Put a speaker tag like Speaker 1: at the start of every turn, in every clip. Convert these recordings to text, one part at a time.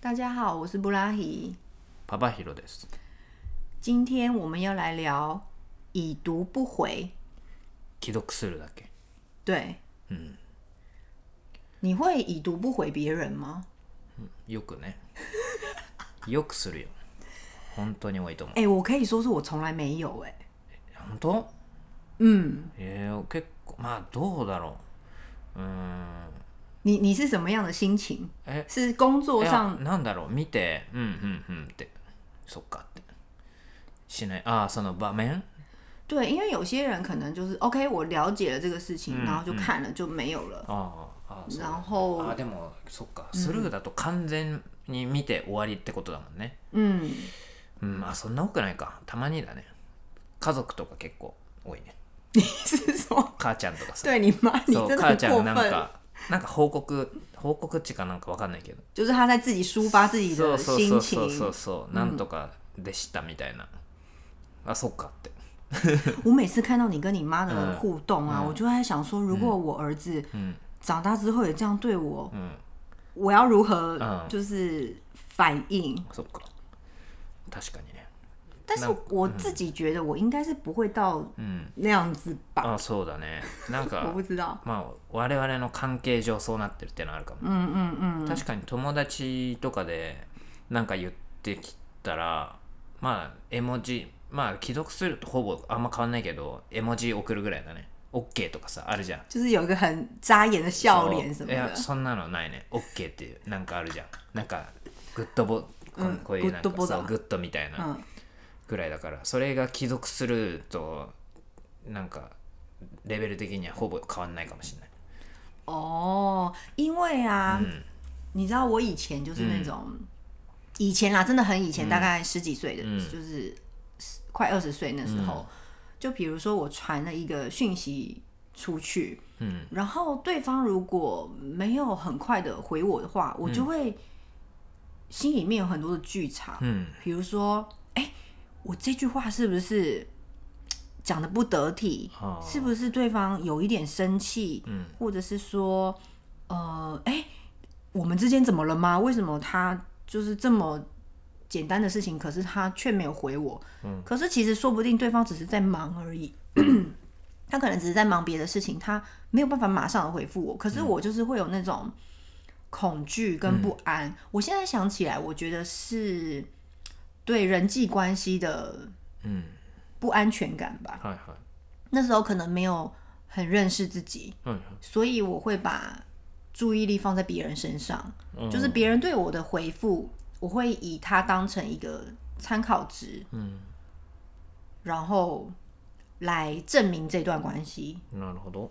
Speaker 1: 大家好，我是布拉希。
Speaker 2: パパヒロです。
Speaker 1: 今天我们要来聊“已读不回
Speaker 2: 既読するだけ。”。
Speaker 1: 对，嗯，你会已读不回别人吗？
Speaker 2: よくね。よくするよ。本当に多いと思う。
Speaker 1: 哎、我可以说是我从来没有、哎，
Speaker 2: 本当
Speaker 1: 嗯，
Speaker 2: えー、結構、まあどうだろう。うーん。
Speaker 1: 你你是什么样的心情？
Speaker 2: え、
Speaker 1: 是工
Speaker 2: い
Speaker 1: 作
Speaker 2: や
Speaker 1: 上
Speaker 2: なんだろう。見て、うんうんうんって。そっかって。しない。ああ、その場面
Speaker 1: 对，因为有些人可能就是 OK，我了解了这个事情，然后就看了就没有了，
Speaker 2: ああ、ああ、そう。
Speaker 1: 然后
Speaker 2: ああ、でも、そっか。スルーだと完全に見て終わりってことだもんね。
Speaker 1: 嗯，
Speaker 2: うん、まあそんな多くないか。たまにだね。家族とか結構多いね。
Speaker 1: 你是说
Speaker 2: 母ちゃんとかさ。
Speaker 1: 对你妈？你
Speaker 2: そう
Speaker 1: 真的
Speaker 2: 母
Speaker 1: 很
Speaker 2: ちゃ
Speaker 1: 过
Speaker 2: んがなん
Speaker 1: 分，
Speaker 2: かなんか報告報告値かなんかわかんないけど
Speaker 1: 就是他在自己抒发自己
Speaker 2: そ
Speaker 1: 的
Speaker 2: うそうそ
Speaker 1: 心
Speaker 2: うそ
Speaker 1: 情。
Speaker 2: うそうそうなんとかでしたみたいな、あそっかって
Speaker 1: 我每次看到你跟你妈的互动啊，我就在想说，如果我儿子
Speaker 2: 嗯
Speaker 1: 长大之后也这样对我，
Speaker 2: 嗯
Speaker 1: 我要如何
Speaker 2: 嗯
Speaker 1: 就是反应？
Speaker 2: そっか確かにね
Speaker 1: 但是
Speaker 2: 那嗯
Speaker 1: 我自己觉得我应该是不会到
Speaker 2: うん
Speaker 1: 那样子吧，
Speaker 2: あそうだねなん
Speaker 1: 我
Speaker 2: か
Speaker 1: 不知道。
Speaker 2: まあ我々の関係上そうなってるっていうのはあるかも、
Speaker 1: 嗯嗯嗯，
Speaker 2: 確かに友達とかでなんか言ってきたらまあ絵文字まあ既読するとほぼあんま変わんないけど絵文字送るぐらいだね OK とかさあるじゃん
Speaker 1: 就是有一个很扎眼的笑脸什么
Speaker 2: い
Speaker 1: 的
Speaker 2: や。そんなのないね OK っていうなんかあるじゃんなんかグッドボこ,、
Speaker 1: うん
Speaker 2: こういうなんか
Speaker 1: グッドボだ
Speaker 2: そうグッドみたいな
Speaker 1: 嗯，
Speaker 2: ぐらいだから、それが既読するとなんかレベル的にはほぼ変わんないかもしれない
Speaker 1: 哦，因为啊，
Speaker 2: 嗯
Speaker 1: 你知道我以前就是那种、以前啦，真的很以前，大概十几岁的，
Speaker 2: 嗯
Speaker 1: 就是快二十岁那时候，就比如说我传了一个讯息出去，
Speaker 2: 嗯
Speaker 1: 然后对方如果没有很快的回我的话，我
Speaker 2: 嗯
Speaker 1: 就会心里面有很多的剧场，
Speaker 2: うん
Speaker 1: 比如说，哎、我这句话是不是讲的不得体？
Speaker 2: 哦
Speaker 1: 是不是对方有一点生气？
Speaker 2: 嗯，
Speaker 1: 或者是说，呃，哎、我们之间怎么了吗？为什么他就是这么简单的事情，可是他却没有回我？嗯，可是其实说不定对方只是在忙而已。 他可能只是在忙别的事情，他没有办法马上地回复我。可是
Speaker 2: 嗯
Speaker 1: 我就是会有那种恐惧跟不安。
Speaker 2: 嗯
Speaker 1: 我现在想起来，我觉得是对人际关系的
Speaker 2: うん
Speaker 1: 不安全感吧。
Speaker 2: はいはい
Speaker 1: 那时候可能没有很认识自己，
Speaker 2: はいはい
Speaker 1: 所以我会把注意力放在别人身上，
Speaker 2: 嗯
Speaker 1: 就是别人对我的回复，我会以它当成一个参考值，
Speaker 2: 嗯，
Speaker 1: 然后来证明这段关系。
Speaker 2: なるほど。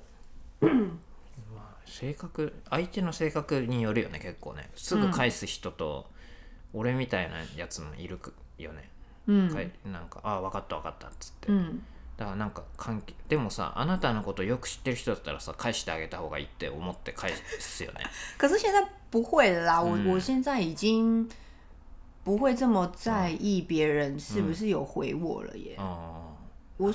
Speaker 2: まあ、性格相手の性格によるよね結構ねすぐ返す人と、俺みたいなやつもいるくよね、
Speaker 1: 嗯
Speaker 2: かいなんか「ああ分かった分かった」っつって、
Speaker 1: 嗯，
Speaker 2: だからなんか関係でもさあなたのことよく知ってる人だったらさ返してあげた方がいいって思って返すよね
Speaker 1: 可是现在不会了啦，
Speaker 2: 嗯
Speaker 1: 我、我现在已经不会这么在意别人是
Speaker 2: 嗯
Speaker 1: 不是有回我了耶。
Speaker 2: あ
Speaker 1: 我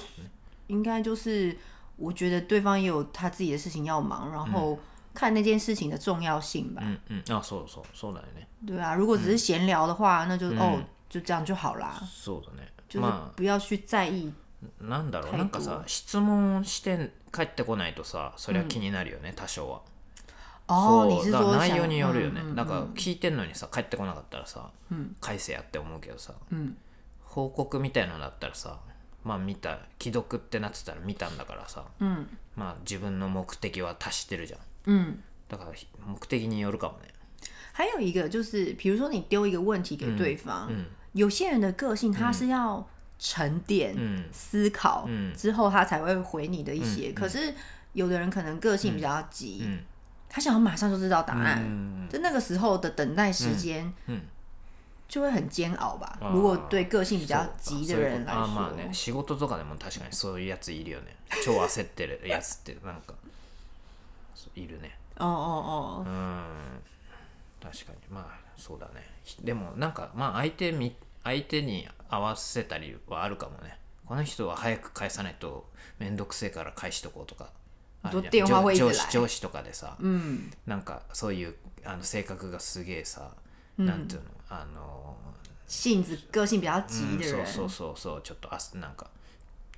Speaker 1: 应该就是我觉得对方也有他自己的事情要忙，然后看那件事情的重要性吧
Speaker 2: あ。うんうんあそうそうそうだよね
Speaker 1: 对啊，如果只是闲聊的话，那就、哦就这样就好啦，
Speaker 2: そうだね
Speaker 1: 就是
Speaker 2: ま
Speaker 1: 不要去在意。
Speaker 2: あなんだ
Speaker 1: 態
Speaker 2: ろう
Speaker 1: 度
Speaker 2: なんかさ質問して帰ってこないとさそりゃ気になるよね、多少は
Speaker 1: 哦，
Speaker 2: そう
Speaker 1: 你是
Speaker 2: だから
Speaker 1: 说
Speaker 2: 内
Speaker 1: 想
Speaker 2: 容によるよね、
Speaker 1: 嗯嗯
Speaker 2: なんか聞いてんのにさ帰ってこなかったらさ、返せやって思うけどさ、
Speaker 1: ん
Speaker 2: 報告みたいのだったらさまあ見た既読ってなってたら見たんだからさ、まあ自分の目的は達してるじゃん
Speaker 1: 嗯，
Speaker 2: だからひ目的によるかもね
Speaker 1: 还有一个就是，比如说你丢一个问题给对方，有些人的个性他是要沉淀、
Speaker 2: 嗯
Speaker 1: 思考、
Speaker 2: 嗯
Speaker 1: 之后，他才会回你的一些。可是有的人可能个性比较急，
Speaker 2: 嗯
Speaker 1: 他想要马上就知道答案，
Speaker 2: 嗯
Speaker 1: 就那个时候的等待时间
Speaker 2: 嗯
Speaker 1: 就会很煎熬吧。
Speaker 2: 啊
Speaker 1: 如果对个性比较急的
Speaker 2: そう
Speaker 1: 人
Speaker 2: か
Speaker 1: 来
Speaker 2: そういうことあ
Speaker 1: 说，
Speaker 2: まあね仕事とかでも確かにそういうやついるよね超焦ってるやつってなんかそういるね
Speaker 1: 哦哦
Speaker 2: う
Speaker 1: 哦，
Speaker 2: ん確かにまあそうだねひでもなんかまあ相手み相手に合わせたりはあるかもねこの人は早く返さないと面倒くせえから返しとこうとかあるじゃん
Speaker 1: 電話会議
Speaker 2: 上上
Speaker 1: 来
Speaker 2: 司上司とかでさ
Speaker 1: 嗯
Speaker 2: なんかそういうあの性格がすげえさなんていうのあの
Speaker 1: 性子个性比较急
Speaker 2: うん
Speaker 1: 的人，
Speaker 2: そうそうそうそうちょっとあすなんか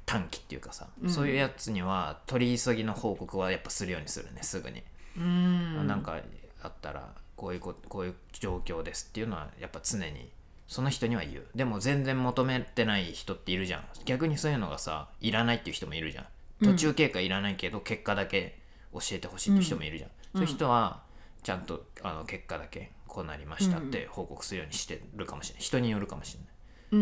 Speaker 2: 短期っていうかさ、そういうやつには取り急ぎの報告はやっぱするようにするねすぐに、
Speaker 1: 嗯
Speaker 2: なんかあったらこういうここういう状況ですっていうのはやっぱ常にその人には言うでも全然求めてない人っているじゃん逆にそういうのがさいらないっていう人もいるじゃん途中経過いらないけど結果だけ教えてほしいっていう人もいるじゃん、そういう人はちゃんとあの結果だけこうなりましたって報告するようにしてるかもしれない人によるかもしれない
Speaker 1: 嗯
Speaker 2: う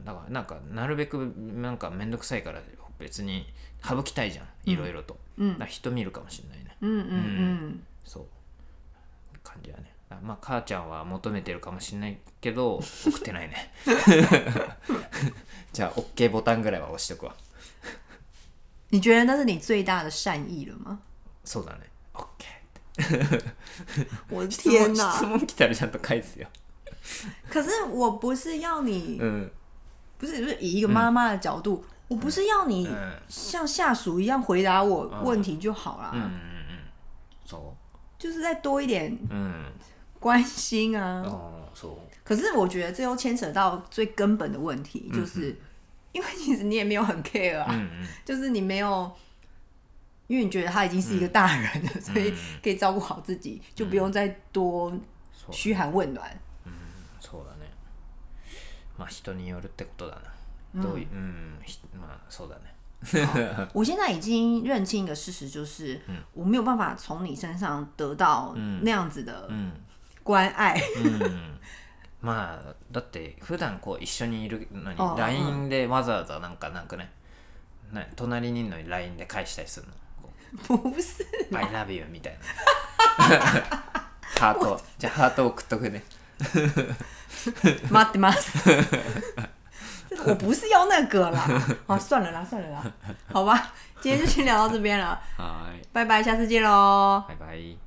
Speaker 2: ん、だからなんかなるべくなんか面倒くさいから別に省きたいじゃんいろいろと、
Speaker 1: うん
Speaker 2: だから人見るかもしれないね
Speaker 1: 嗯嗯
Speaker 2: そう感じだねあまあ母ちゃんは求めてるかもしれないけ ど送ってないねじゃあ OK ボタンぐらいは押しとくわ
Speaker 1: 嗯，你觉得那是你最大的善意了吗？
Speaker 2: そうだね OK
Speaker 1: 我的
Speaker 2: 質問
Speaker 1: 天
Speaker 2: 質
Speaker 1: 哪！
Speaker 2: 問来たらちゃんと返すよ
Speaker 1: 可是我不是要你，
Speaker 2: うん
Speaker 1: 不是不是以一个妈妈的角度，我不是要你
Speaker 2: 嗯
Speaker 1: 像下属一样回答我问题就好
Speaker 2: うんうんう
Speaker 1: 啦，
Speaker 2: んそ
Speaker 1: 就是再多一点
Speaker 2: ううん
Speaker 1: 关心啊。
Speaker 2: あーそう
Speaker 1: 可是我觉得这又牵扯到最根本的问题，就是、因为其实你也没有很 care 啊，
Speaker 2: うんうん
Speaker 1: 就是你没有，因为你觉得他已经是一个大人了，所以可以照顾好自己，就不用再多
Speaker 2: そう
Speaker 1: 嘘寒问暖。
Speaker 2: そうだねまあ人によるってことだなどういううん、ひまあそうだね
Speaker 1: 我现在已经认清一个事实，就是、我没有办法从你身上得到那样子的
Speaker 2: ん
Speaker 1: 关爱。
Speaker 2: まあだって普段こう一緒にいるのに
Speaker 1: ああ
Speaker 2: LINE でわざわざなんかなんかねな隣にいるのに LINE で返したりす るのこ
Speaker 1: 不是，
Speaker 2: う I love you みたいな ハートじゃあハート送っとくね
Speaker 1: 妈的妈！我不是要那个啦，好算了啦，算了啦，好吧，今天就先聊到这边了。
Speaker 2: はーい
Speaker 1: 拜拜，下次见喽。
Speaker 2: バイバイ